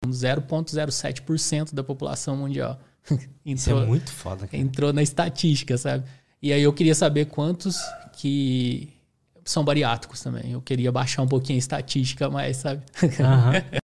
digamos, 0,07% da população mundial. Isso é muito foda, cara. entrou na estatística, sabe? E aí eu queria saber quantos que são bariátricos também. Eu queria baixar um pouquinho a estatística, mas, sabe? Aham.